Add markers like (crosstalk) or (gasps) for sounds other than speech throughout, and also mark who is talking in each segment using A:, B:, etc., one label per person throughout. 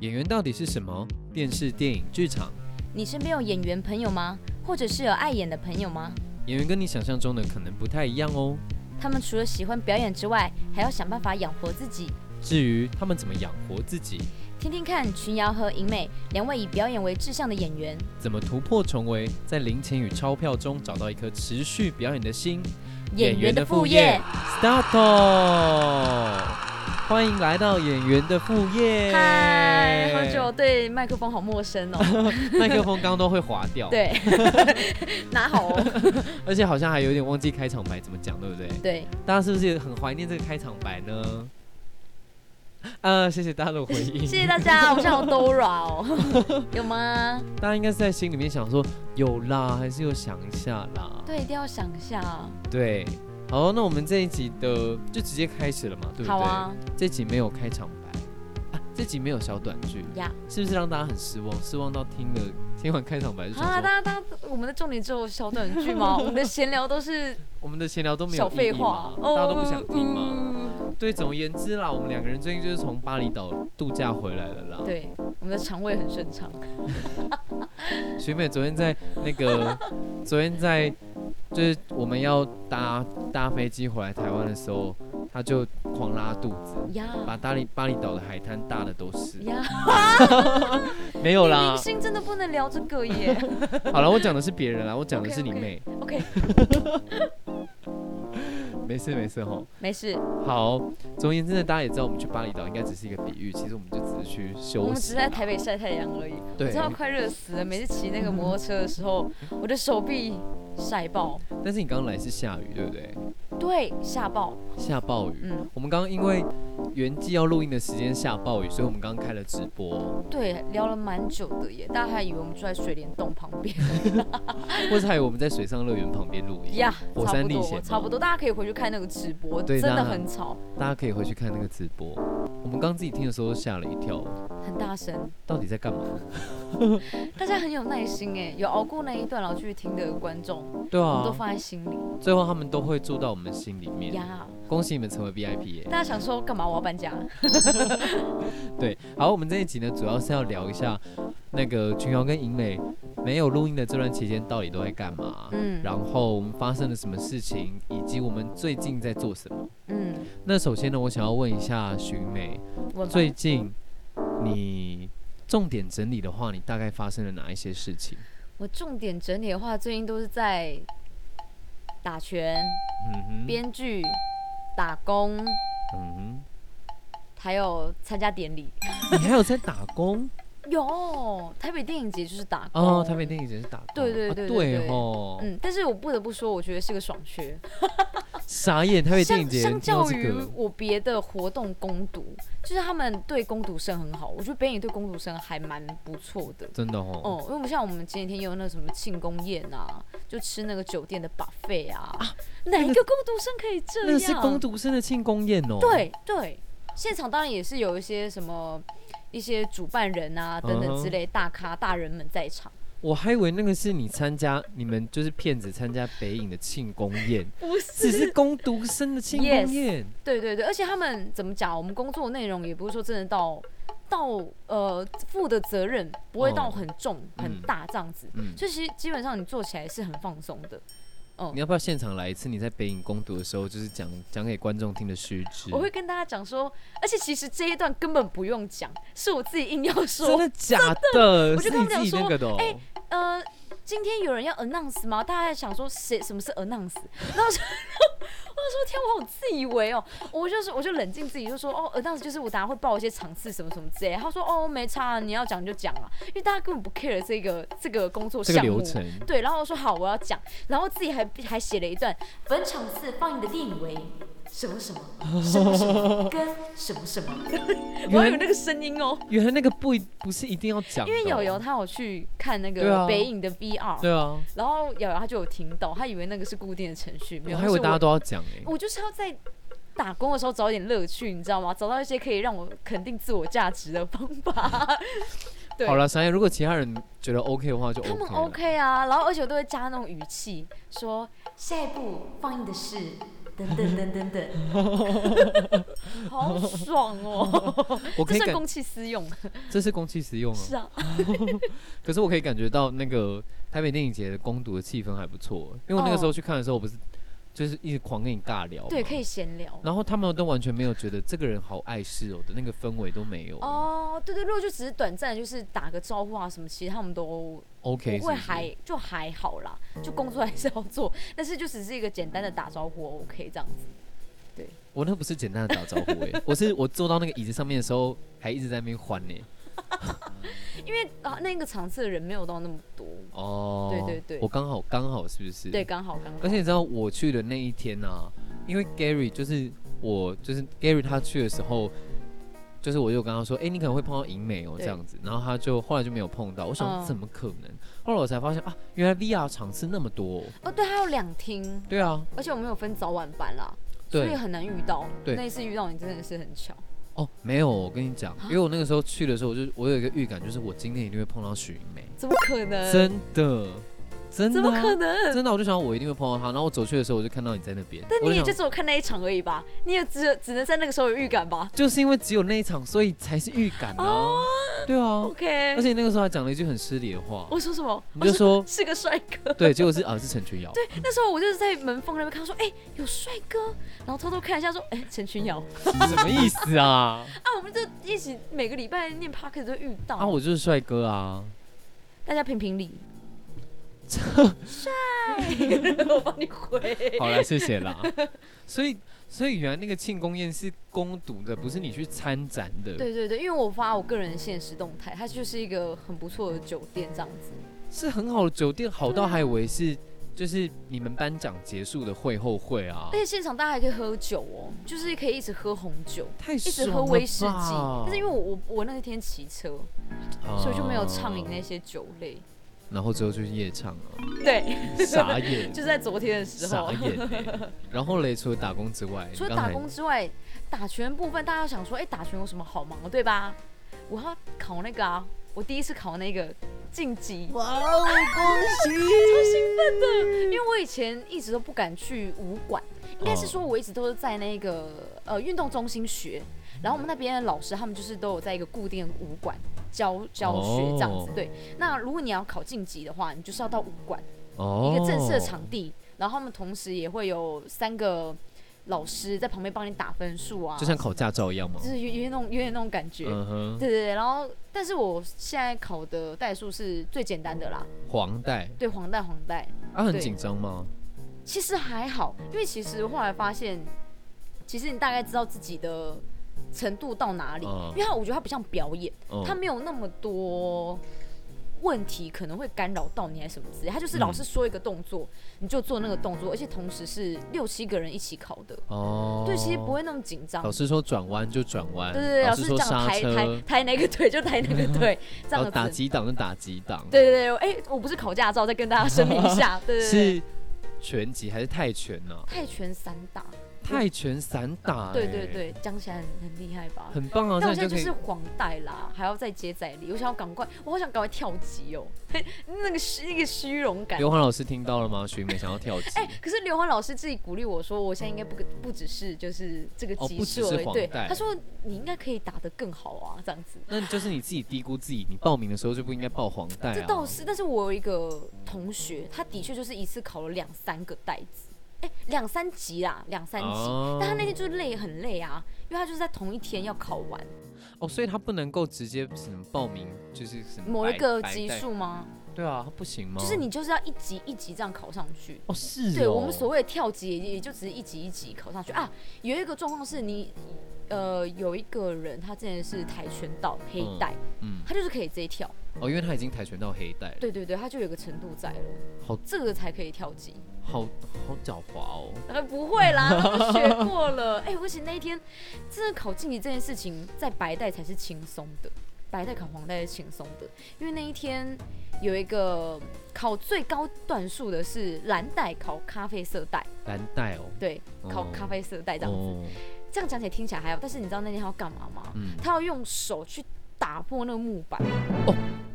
A: 演员到底是什么？电视、电影、剧场，
B: 你身边有演员朋友吗？或者是有爱演的朋友吗？
A: 演员跟你想象中的可能不太一样哦。
B: 他们除了喜欢表演之外，还要想办法养活自己。
A: 至于他们怎么养活自己，
B: 听听看，群瑶和银美两位以表演为志向的演员，
A: 怎么突破重围，在零钱与钞票中找到一颗持续表演的心。
B: 演员的副业。
A: ，start！欢迎来到演员的副业。
B: 嗨，好久，对麦克风好陌生哦。 (laughs)
A: 麦克风刚刚都会滑掉，，
B: 对，拿好哦。
A: 而且好像还有点忘记开场白怎么讲，对不对？
B: (laughs) 对，
A: 大家是不是也很怀念这个开场白呢？呃，谢谢大家的回应。
B: 谢谢大家，我像好 Dora 哦， (laughs) 有吗？
A: 大家应该是在心里面想说，有啦，还是有想一下啦。
B: 对，一定要想一下。哦
A: 对，好，那我们这一集的就直接开始了嘛，对不对？
B: 好啊，
A: 这集没有开场白，啊，这集没有小短剧，
B: 呀，
A: 是不是让大家很失望？失望到听了听完开场白就想
B: 啊，
A: 说，
B: 大家，大家，我们的重点只有小短剧 (laughs) 吗？我们的闲聊都是
A: 我们的闲聊都没有
B: 小
A: 意义
B: 废
A: 嘛
B: 话，哦嗯
A: 大家都不想听嘛。
B: 嘛。
A: 对，总而言之啦，我们两个人最近就是从巴厘岛度假回来了啦。
B: 对，我们的肠胃很顺畅。
A: 学妹昨天在那个，
B: (laughs)
A: 昨天在就是我们要搭搭飞机回来台湾的时候，她就狂拉肚子，
B: 呀
A: 把巴厘巴厘岛的海滩搭的都
B: (laughs)
A: 是。
B: 呀，
A: 没有
B: 明
A: 啦，
B: 星真的不能聊这个耶。 (laughs)
A: (laughs) 好了，我讲的是别人啦，我讲的是你
B: OK，OK
A: 妹。
B: OK，
A: 没事没事吼。
B: 没事，
A: 好，总而言之呢，大家也知道我们去巴厘岛应该只是一个比喻，其实我们就只是去
B: 我
A: 休
B: 们只是
A: 息。
B: 在台北晒太阳而已。我
A: 啊对
B: 知，道快热死了，每次骑那个摩托车的时
A: (laughs)
B: 候，我的手臂晒爆，
A: 但是你刚刚来是下雨，对不对？
B: 对，吓爆，
A: 下暴雨。
B: 嗯，
A: 我们刚刚因为原计要录音的时间下暴雨，所以我们刚刚开了直播，
B: 对，聊了蛮久的耶，大家还以为我们住在水帘洞旁
A: (laughs)
B: 边
A: 或是还有我们在水上乐园旁边录音。
B: 呀，
A: 火
B: 差
A: 山
B: 不
A: 历险
B: 多，
A: 吗
B: 差不多，大家可以回去看那个直播，
A: 对
B: 真
A: 大
B: 的
A: 家
B: 很吵，
A: 大家可以回去看那个直播。我们刚刚自己听的时候吓了一跳，
B: 很大声，
A: 到底在干嘛？
B: 大家很有耐心哎，有熬过那一段然后继续听的观众，
A: 对
B: 我们都
A: 啊，
B: 放在心里
A: 最后他们都会住到我们心里面。
B: 呀。
A: 恭喜你们成为 VIP 耶、
B: 大家想说干嘛？我要搬家，
A: 对，好，我们这一集呢，主要是要聊一下那个群瑶跟银美没有录音的这段期间到底都在干嘛，
B: 嗯
A: 然后我们发生了什么事情，以及我们最近在做什么。
B: 嗯，
A: 那首先呢，我想要问一下徐美，
B: 我吧
A: 最近你重点整理的话，你大概发生了哪一些事情？
B: 我重点整理的话，最近都是在打拳、
A: 嗯哼，
B: 编剧、打工，
A: 嗯
B: 还有参加典礼。
A: 哼，你还有在打
B: (laughs)
A: 工
B: 有台北电影节就是打工
A: 哦？台北电影节是打工，
B: 对对对
A: 啊、
B: 对
A: 对
B: 对
A: 哦，
B: 嗯，但是我不得不说，我觉得是个爽缺。
A: 傻眼，台北电影
B: 相
A: 节
B: 相
A: 听到
B: 较
A: 这
B: 于
A: 个
B: 我别的活动攻读，就是他们对攻读生很好，我觉得北影对攻读生还蛮不错的。
A: 真的哦，
B: 哦，因为我们像我们前几天有那什么庆功宴啊，就吃那个酒店的 buffet 啊，哪一个攻读生可以这样？
A: 那是工读生的庆功宴哦，。
B: 对对，现场当然也是有一些什么一些主办人啊等
A: 嗯
B: 等
A: 哼
B: 之类大咖大人们在场，
A: 我还以为那个是你参加你们就是骗子参加北影的庆功
B: (laughs)
A: 宴，
B: 不
A: 只是攻读生的庆功宴。
B: 对对对，而且他们怎么讲？我们工作内容也不是说真的到到呃负的责任不会到
A: 哦
B: 很重、很
A: 嗯
B: 大这样子，
A: 嗯，
B: 所以其实基本上你做起来是很放松的。
A: 你要不要现场来一次？你在北影攻读的时候，就是讲讲给观众听的须知。
B: 我会跟大家讲说，而且其实这一段根本不用讲，是我自己硬要说
A: 真的假的？
B: 我
A: 是
B: 就
A: 你
B: 跟他
A: 自
B: 们
A: 己
B: 讲
A: 那
B: 说
A: 个的哦。
B: 呃，今天有人要 announce 吗？大家还想说谁什么是 announce？然后我说， (laughs) 我就说天，我好自以为哦，我就是我就冷静自己，就说哦 announce 就是我等下会报一些场次什么什么之类的。他说哦没差啊，你要讲就讲啊，因为大家根本不 care 这个这个工作
A: 这个
B: 项
A: 流
B: 目。
A: 程，
B: 对，然后我说好，我要讲，然后自己还还写了一段，本场次放映的电影为什么什么什么什
A: (laughs)
B: 么跟什么什么，我要有那个声音哦，
A: 原来那个不一不是一定要讲的哦，
B: 因为友友他有去看那
A: 对
B: 个
A: 啊
B: 北影的 VR，
A: 对啊，
B: 然后瑶瑶她就有听到，她以为那个是固定的程序，没
A: 我
B: 有。
A: 还以为
B: 是
A: 大家都要讲哎。
B: 我，我就是要在打工的时候找点乐趣，你知道吗？找到一些可以让我肯定自我价值的方
A: (laughs)
B: 法。对
A: 好了，傻眼，如果其他人觉得 OK 的话，就
B: 他们
A: OK 了。
B: OK 啊，然后而且我都会加那种语气，说下一步放映的是等等等等等，
A: (laughs)
B: 好爽哦！
A: 我
B: 这
A: 可以
B: 算
A: 感
B: 公器
A: (laughs)
B: 私用，
A: 这是公器私用啊，
B: 是啊，
A: 可是我可以感觉到那个台北电影节的攻读的气氛还不错，因为我那个时候
B: 哦
A: 去看的时候，我不是就是一直狂跟你尬聊，
B: 对，可以。闲聊。
A: 然后他们都完全没有觉得这个人好碍事哦的那个氛围都没有。
B: 哦，对对，如果就只是短暂的，就是打个招呼啊什么，其实他们都
A: OK，
B: 不会
A: 是不是
B: 还就还好啦，就工作还是要做，但是就只是一个简单的打招呼，OK 这样子。
A: 我那不是简单的打招呼
B: (laughs)
A: 哎、我是我坐到那个椅子上面的时候，还一直在那边欢呢、
B: 因为啊那个场次的人没有到那么多，
A: 哦，
B: 对对对
A: 我刚好刚好是不是？
B: 对，。刚好刚好。
A: 而且你知道我去的那一天啊，因为 Gary 就是我就是 Gary 他去的时候，就是我就跟他说，哎、你可能会碰到银美哦
B: 对
A: 这样子，然后他就后来就没有碰到。我想
B: 嗯
A: 怎么可能？后来我才发现啊，原来 VR 场次那么多哦、
B: 哦，对，还有两厅，
A: 对啊，
B: 而且我们有分早晚班啦，所以
A: 对
B: 很难遇到。
A: 对
B: 那一次遇到你真的是很巧。
A: 哦，没有，我跟你
B: 啊
A: 讲，因为我那个时候去的时候，我就我有一个预感，就是我今天一定会碰到许银美。
B: 怎么可能？
A: 真的，真的啊、
B: 怎么可能？
A: 真的啊，我就想我一定会碰到他，然后我走去的时候我就看到你在那边，
B: 但
A: 我
B: 你也就
A: 想
B: 只有看那一场而已吧，你也只有只能在那个时候有预感吧
A: 就是因为只有那一场，所以才是预感啊，
B: 哦
A: 对啊，
B: ？OK。
A: 而且那个时候还讲了一句很失礼的话，
B: 哎我说什么？
A: 你
B: 我
A: 就说
B: 是个帅哥。
A: 对，结果是啊是陈群瑶，
B: 对，那时候我就是在门缝那边看，说哎、有帅哥，然后偷偷看一下，说哎陈群瑶啊，
A: 什么意思
B: (laughs)
A: 啊？
B: 我们就一起每个礼拜念 p o c a s t 都会遇到
A: 啊，我就是帅哥
B: (laughs)
A: 啊，
B: 大家评评理。
A: (laughs)
B: 帅， (laughs) 我帮你回。
A: 好了，谢谢啦。所以所以原来那个庆功宴是攻读的，不是你去参展的，
B: 对对对，因为我发我个人的现实动态，它就是一个很不错的酒店这样子。
A: 是很好的酒店，好到还以为是就是你们颁奖结束的会后会啊
B: 而，且现场大家还可以喝酒哦，就是可以一直喝红酒，
A: 太
B: 一
A: 爽
B: 直
A: 了
B: 喝威士忌。
A: 吧
B: 但是因为我我我那天骑车，所以就没
A: 啊
B: 有畅饮那些酒类。
A: 哦然后之后就是夜唱了，
B: (laughs) 对，
A: 傻眼，
B: 就是在昨天的时候
A: 傻。眼、欸。然后嘞，除了打工之外，
B: 除了
A: 你
B: 打
A: 刚才
B: 工之外，打拳部分大家想说，哎、打拳有什么好忙的，对吧？我要考那个啊，我第一次考那个晋级。
A: 哇哦，恭喜！
B: 因为我以前一直都不敢去武馆，应该是
A: 哦
B: 说我一直都是在那个呃运动中心学，然后我们那边的老师他们就是都有在一个固定的武馆教教学这样
A: 哦
B: 子。对，那如果你要考晋级的话，你就是要到武馆
A: 哦，
B: 一个正式的场地，然后他们同时也会有三个老师在旁边帮你打分数啊，
A: 就像考驾照一样吗
B: 就？是有有点那种有点那种感觉。
A: 嗯哼，
B: 对对对，然后但是我现在考的代数是最简单的啦，
A: 黄带
B: 对黄带黄带，
A: 啊，很
B: 对
A: 紧张吗？
B: 其实还好，因为其实后来发现，其实你大概知道自己的程度到哪里，
A: 嗯
B: 因为它我觉得它不像表演，
A: 嗯
B: 它没有那么多问题可能会干扰到你还是什么之类，
A: 嗯
B: 它就是老师说一个动作，你就做那个动作，而且同时是六七个人一起考的，
A: 哦，
B: 对，其实不。会那么紧张
A: 老。师说转弯就转弯，
B: 对对对，老师
A: 说
B: 这样
A: 刹
B: 抬抬
A: 车，
B: 抬哪个腿就抬哪
A: (laughs)
B: 个腿，这
A: 然
B: 样
A: 后
B: 子。
A: 打几档就打几档，
B: 对对对，哎、我不是考驾照，再跟大家声明一
A: (laughs)
B: 下，对对对，
A: 是拳击还是泰拳呢？
B: 泰拳散打，
A: 泰拳散打，
B: 对
A: 欸
B: 对，对，讲起来很很厉害吧？
A: 很棒啊！这
B: 但我
A: 样就
B: 现在就
A: 可以
B: 是黄带啦，还要再接再厉，我想要赶快，我好想赶快跳级哦，嘿那个虚那个虚荣感。
A: 刘欢老师听到了吗？徐美想要跳级，
B: 哎、可是刘欢老师自己鼓励我说，我现在应该不不只是就是这个
A: 哦
B: 级
A: 不只
B: 数
A: 是
B: 而已，
A: 黄
B: 对，
A: 带
B: 他说你应该可以打得更好啊，这样子。
A: 那就是你自己低估自己，你报名的时候就不应该报黄带啊。
B: 这倒是，但是我有一个同学，他的确就是一次考了两三个袋子，哎、两三级啦，两三级。
A: 哦
B: 但他那天就是累，很累啊，因为他就是在同一天要考完
A: 哦，所以他不能够直接什么报名，就是什么
B: 某一
A: 白
B: 个
A: 白
B: 级
A: 带
B: 数吗？
A: 对啊，他不行吗？
B: 就是你就是要一级一级这样考上去。
A: 哦，是哦
B: 对我们所谓的跳级也也就只是一级一级考上去啊。有一个状况是你，呃，有一个人他之前是跆拳道黑
A: 嗯
B: 带，
A: 嗯
B: 他就是可以直接跳。
A: 哦，因为他已经跆拳道黑带了，
B: 对对对，他就有一个程度在了，
A: 好
B: 这个才可以跳级。
A: 好好狡猾哦。
B: 呃，不会啦，
A: (laughs)
B: 他都学过了。哎、而且那一天，真的考晋级这件事情，在白带才是轻松的，白带考黄带是轻松的，因为那一天有一个考最高段数的是蓝带考咖啡色带，
A: 蓝带哦，
B: 对，考
A: 哦
B: 咖啡色带这样子。
A: 哦，
B: 这样讲起来听起来还好，但是你知道那天他要干嘛吗？
A: 嗯，
B: 他要用手去打破那个木板，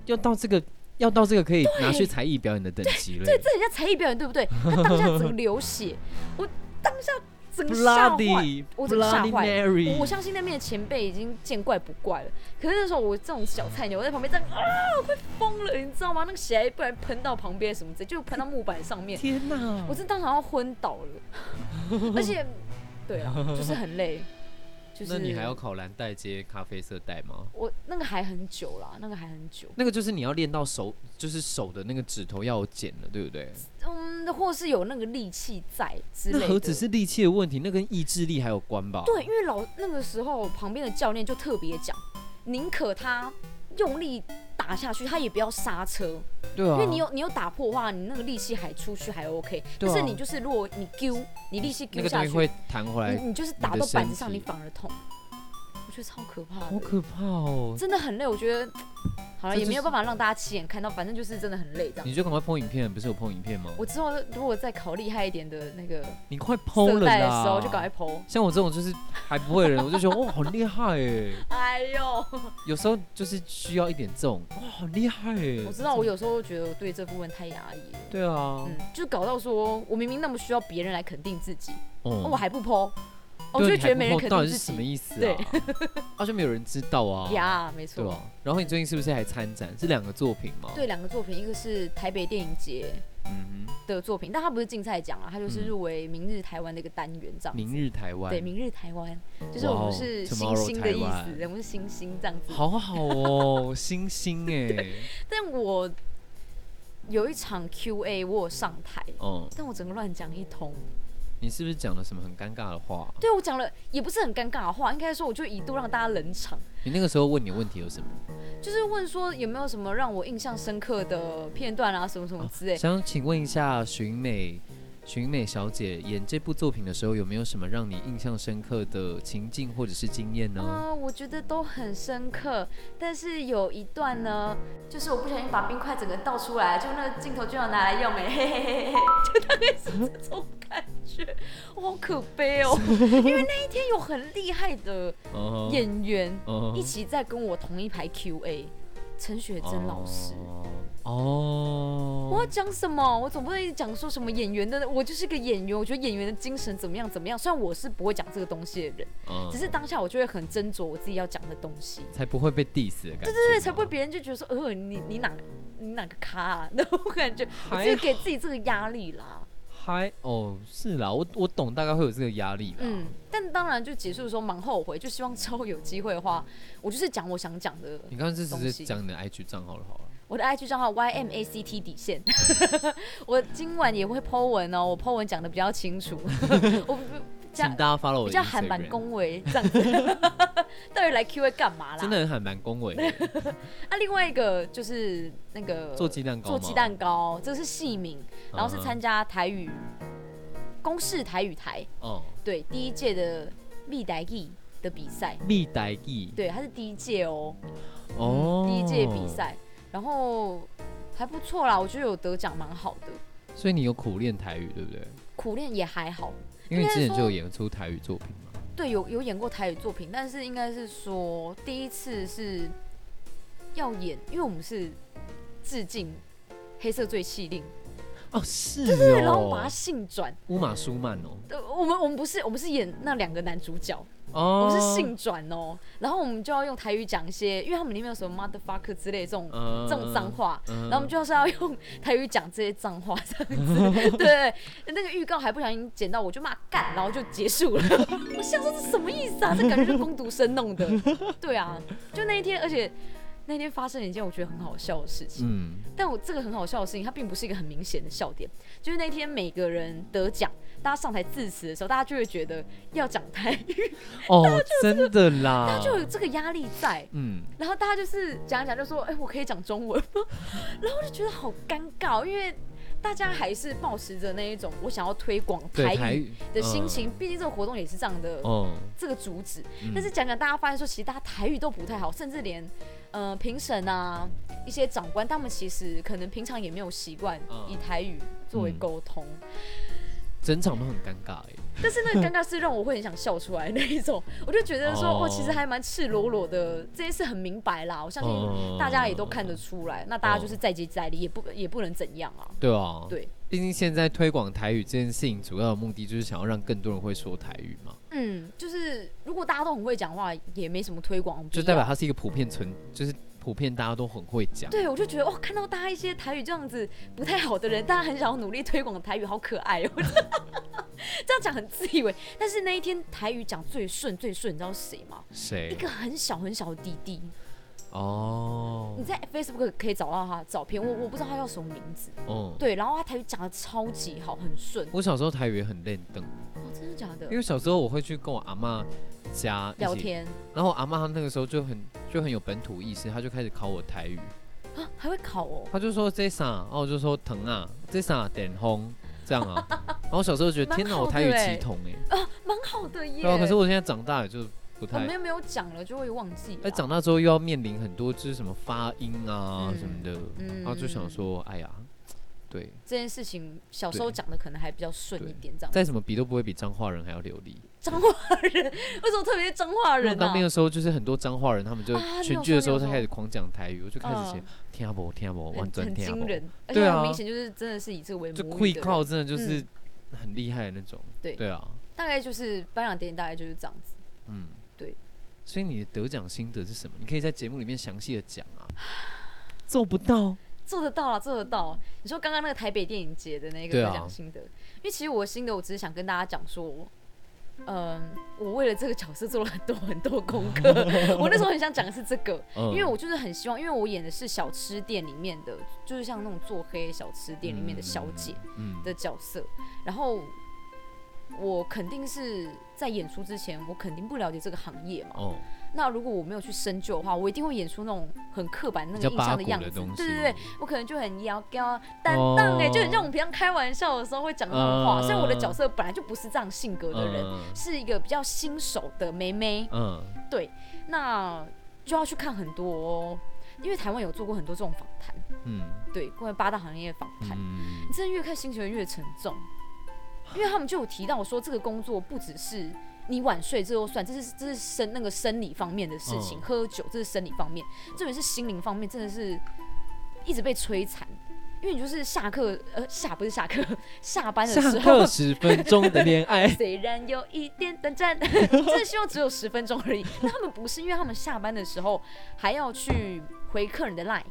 A: 要到这个要到这个可以拿去才艺表演的等级了。
B: 这很像才艺表演，对不对？他当下整个流血，我当下整个吓坏。
A: Bloody
B: 我整个吓
A: Bloody
B: 坏
A: Mary，
B: 我相信那边的前辈已经见怪不怪了，可是那时候我这种小菜鸟，我在旁边这样啊，我快疯了，你知道吗？那个血还不然喷到旁边什么之类，就喷到木板上面，
A: 天哪
B: 我！真当场要昏倒了。
A: (laughs)
B: 而且，对啊，就是很累，就是
A: 那你还要考蓝带接咖啡色带吗？
B: 我那个还很久啦，那个还很久，
A: 那个就是你要练到手，就是手的那个指头要有茧了，对不对？
B: 嗯，或是有那个力气在之
A: 那
B: 类的。
A: 何止是力气的问题，那跟意志力还有关吧？
B: 对，因为老那个时候旁边的教练就特别讲，宁可他用力打下去，他也不要刹车，
A: 对啊，
B: 因为你有你有打破的话，你那个力气还出去还 OK，、
A: 对
B: 但
A: 啊
B: 是你就是如果你丢，你力气
A: 那
B: 丢
A: 个
B: 下
A: 东
B: 去，
A: 西会弹回来，
B: 你你就是打
A: 你的
B: 到板
A: 身
B: 子上，
A: 体
B: 你反而痛，我觉得超可怕
A: 好
B: 的，
A: 可怕哦！
B: 真的很累，我觉得。好了，
A: 这
B: 也
A: 就
B: 没有
A: 是
B: 办法让大家亲眼看到，反正就是真的很累这样。
A: 你就赶快碰影片，不是有碰影片吗？
B: 我之后如果再考厉害一点的那个
A: 你快剖
B: 色
A: 了
B: 带的
A: 啦！
B: 时候，就赶快剖。
A: 像我这种就是还不会的人，我就觉得哇，好厉害哎！
B: 哎呦，
A: 有时候就是需要一点这种哇，好厉害哎！
B: 我知道，我有时候觉得我对这部分太压抑了。
A: 对啊，
B: 嗯，就搞到说我明明那么需要别人来肯定自己，哦
A: 哦
B: 我还不剖，我
A: 对
B: 就
A: 你
B: 觉
A: 还
B: 得
A: 不
B: 没人
A: 碰
B: 肯
A: 到
B: 定
A: 底是
B: 自
A: 什么
B: 己。
A: 意思
B: 对
A: 啊？啊，就没有人知道啊，
B: 呀，没
A: 对
B: 错
A: 吧，？然后你最近是不是还参展？是两个作品吗？，
B: 对，两个作品，一个是台北电影节
A: 嗯哼，
B: 的作品，但它不是竞赛奖啊，它就是
A: 嗯
B: 入围明日台湾的一个单元这样
A: 明
B: 子。
A: 日台湾，
B: 对，明日台湾就是我
A: 哇哦
B: 们是
A: Tomorrow
B: 星星的意
A: 台
B: 思
A: 湾，
B: 我们是星星这样子。
A: 好好哦，星星哎，
B: (laughs) 但我有一场 Q&A 我有上台，
A: 哦，
B: 但我整个乱讲一通。
A: 你是不是讲了什么很尴尬的话？
B: 对我讲了也不是很尴尬的话，应该说我就一度让大家冷场。
A: 你那个时候问你问题有什么？
B: 就是问说有没有什么让我印象深刻的片段啊，什么什
A: 哦
B: 么之类。
A: 想请问一下寻美，寻美小姐演这部作品的时候，有没有什么让你印象深刻的情境或者是经验呢？
B: 嗯、我觉得都很深刻，但是有一段呢，就是我不小心把冰块整个倒出来，就那个镜头就要拿来用、欸，嘿嘿嘿嘿嘿，就大概是
A: 嗯
B: 这种感觉，我好可悲哦，因为那一天有很厉害的
A: 哦
B: 演员
A: 哦
B: 一起在跟我同一排 Q&A，陈雪贞老师。
A: 哦，
B: 我要讲什么？我总不能一直讲说什么演员的，我就是个演员。我觉得演员的精神怎么样怎么样。虽然我是不会讲这个东西的人，
A: 嗯
B: 只是当下我就会很斟酌我自己要讲的东西。
A: 才不会被 diss 的感觉，
B: 对对对，才不会。别人就觉得说，呃，你你哪你哪个咖啊？ (laughs) 那种感觉，我
A: 还
B: 自己给自己这个压力啦。
A: 嗨，哦，是啦，我我懂，大概会有这个压力啦。
B: 嗯，但当然就结束的时候蛮后悔，就希望之后有机会的话，我就是讲我想讲的。
A: 你刚刚是直
B: 东
A: 接
B: 西
A: 讲你的 IG 账号了，好了。
B: 我的 IG 账号 YMACT 底线， (laughs) 我今晚也会 Po 文哦，我 Po 文讲的比较清楚， (laughs) 我不
A: 请
B: 加
A: 大家 follow 我的
B: 比较喊蛮
A: Instagram
B: 恭维这样子， (laughs) 到底来 Q A 干嘛啦？
A: 真的很喊蛮恭维的，
B: (laughs) 啊，另外一个就是那个
A: 做鸡蛋糕吗嗯
B: 做鸡蛋糕，这是戏名，然后是参加台语公视台语台
A: 哦，
B: 对第一届的密台艺的比赛，
A: 立代艺
B: 对，它是第一届哦，
A: 哦，
B: 第一届比，赛，然后哦还不错啦，我觉得有得奖蛮好的，
A: 所以你有苦练台语，对不对？
B: 苦练也还好，
A: 因为你
B: 应该
A: 之前就有
B: 说
A: 演出台语作品嘛。
B: 对，有有演过台语作品，但是应该是说第一次是要演，因为我们是致敬《黑色醉气令》，
A: 哦，是
B: 对，然后我们把它
A: 哦，
B: 性转。
A: 乌马舒曼哦，
B: 呃，我们我们不是我们是演那两个男主角，
A: 哦，
B: 我们是性转哦，然后我们就要用台语讲一些，因为他们里面有什么 motherfucker 之类的这种、
A: 嗯，
B: 这种脏话。
A: 嗯，
B: 然后我们就是要用台语讲这些脏话，这样
A: (laughs)
B: 子。对，那个预告还不小心剪到，我就骂干，然后就结束了。 (laughs) 我想说这什么意思啊？这感觉是工读生
A: (laughs)
B: 弄的。对啊，就那一天，而且那天发生了一件我觉得很好笑的事情。
A: 嗯，
B: 但我这个很好笑的事情，它并不是一个很明显的笑点，就是那天每个人得奖，大家上台致辞的时候，大家就会觉得要讲台语，
A: 哦，真的啦，
B: 大家就有这个压力在。
A: 嗯，
B: 然后大家就是讲一讲，就说：“哎、我可以讲中文吗？” (laughs) 然后我就觉得好尴尬，因为大家还是保持着那一种我想要推广
A: 对
B: 台语
A: 语
B: 的心，情，毕竟这个活动也是这样的、
A: 嗯哦，
B: 这个主旨。
A: 嗯
B: 但是讲讲，大家发现说，其实大家台语都不太好，甚至连呃评审啊一些长官，他们其实可能平常也没有习惯
A: 嗯
B: 以台语作为
A: 嗯
B: 沟通。
A: 整场都很尴尬哎，
B: 但是那个尴尬是让我会很想笑出来那一种， (laughs) 我就觉得说，
A: 哦
B: 哦，其实还蛮赤裸裸的，这件事很明白啦，我相
A: 嗯哦
B: 信大家也都看得出来。那大家就是再接再厉，也不也不能怎样啊。
A: 对啊，
B: 对，
A: 毕竟现在推广台语这件事情，主要的目的就是想要让更多人会说台语嘛，
B: 嗯，就是如果大家都很会讲话，也没什么推广，
A: 就代表。它是一个普遍存，就是普遍大家都很会讲。
B: 对，我就觉得哇，哦看到大家一些台语这样子不太好的人，大家很想要努力推广台语，好可爱哦。 (laughs) 这样讲很自以为，但是那一天台语讲最顺最顺，你知道是谁吗？一
A: 谁？
B: 个很小很小的弟弟，
A: 哦
B: 你，在 Facebook 可以找到他的照片，我我不知道他叫什么名字。
A: 嗯，
B: 对，然后他台语讲的超级好，很顺。
A: 我小时候台语也很练登，
B: 哦，真的假的
A: 因？为小时候我会去跟我阿妈家一起
B: 聊，天
A: 然后我阿妈她那个时候就很就很有本土意识，她就开始考我台语，
B: 啊，还会考哦。
A: 她就说这啥，然后我就说疼啊，这啥点红这样
B: (laughs)
A: 啊，然后我小时候觉得
B: 蛮
A: 天哪，我
B: 好
A: 台
B: 的
A: 语
B: 欸
A: 奇通
B: (laughs)
A: 哎、
B: 蛮好的耶。
A: 对啊，可是我现在长大了就不
B: 我
A: 太
B: 们。又没有讲了，就会忘记了。
A: 哎，长大之后又要面临很多就是什么发音啊
B: 嗯
A: 什么的，
B: 嗯
A: 然后就想说，哎呀，对，
B: 这件事情，小时候
A: 对
B: 讲的可能还比较顺一点，这样。
A: 再怎么比都不会比彰化人还要流利。
B: 彰化人为什么特别是彰
A: 因
B: 化
A: 为我
B: 人啊呢、
A: 当兵的时候，就是很多彰化人，他们就
B: 啊你有
A: 群聚的时候，
B: 说你
A: 他开
B: 有
A: 始狂讲台语，我就开始写
B: 嗯
A: 听不听不，完
B: 很
A: 全
B: 很
A: 听
B: 惊
A: 不，
B: 人，而
A: 对
B: 且
A: 啊
B: 很明显就是真的是以这个为
A: 就
B: 母
A: 会
B: 语的人。嗯
A: 靠真的就是很厉害的那种。
B: 对
A: 对啊，
B: 大概就是颁奖典礼，大概就是这样子。
A: 嗯，
B: 对。
A: 所以你的得奖心得是什么？你可以在节目里面详细的讲啊。做不到，
B: (gasps) 做得到啊，做得到啊。你说刚刚那个台北电影节的那个
A: 对啊
B: 得奖心得，因为其实我的心得，我只是想跟大家讲说，嗯，我为了这个角色做了很多很多功
A: (laughs)
B: 课。我那时候很想讲的是这个，
A: 嗯
B: 因为我就是很希望，因为我演的是小吃店里面的，就是像那种做黑小吃店里面的小姐
A: 嗯
B: 的角色，然后。我肯定是在演出之前，我肯定不了解这个行业嘛。
A: 哦，
B: 那如果我没有去深究的话，我一定会演出那种很刻板那
A: 比较
B: 个印
A: 八
B: 象
A: 股
B: 样
A: 的
B: 子。
A: 东西，
B: 对对对，我可能就很摇高担当哎，
A: 哦
B: 就很像我们平常开玩笑的时候会讲那种话。
A: 嗯
B: 所以我的角色本来就不是这样性格的人，
A: 嗯
B: 是一个比较新手的妹妹，
A: 嗯，
B: 那就要去看很多、哦，因为台湾有做过很多这种访谈，
A: 嗯
B: 对，关于八大行业的访谈，
A: 嗯，
B: 你真的越看心情会越沉重，因为他们就有提到说，这个工作不只是你晚睡这都算，这是这是生那个生理方面的事情，
A: 嗯
B: 喝酒这是生理方面，这也是心灵方面，真的是一直被摧残，因为你就是下课呃下不是下课下班的
A: 下
B: 时候，
A: 课。十分钟的恋爱
B: 虽然有一点
A: (laughs)
B: 短暂，真的希望只有十分钟而已。那他们不是，因为他们下班的时候还要去回客人的 line，